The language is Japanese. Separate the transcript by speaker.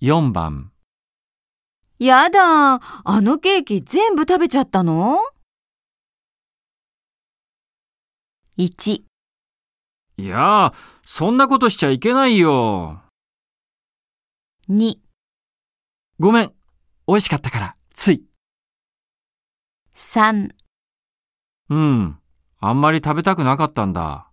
Speaker 1: 4番、
Speaker 2: やだ、あのケーキ全部食べちゃったの ?1、
Speaker 1: いやあ、そんなことしちゃいけないよ。
Speaker 2: 2、
Speaker 1: ごめん、美味しかったから、つい。
Speaker 2: 3
Speaker 1: うん、あんまり食べたくなかったんだ。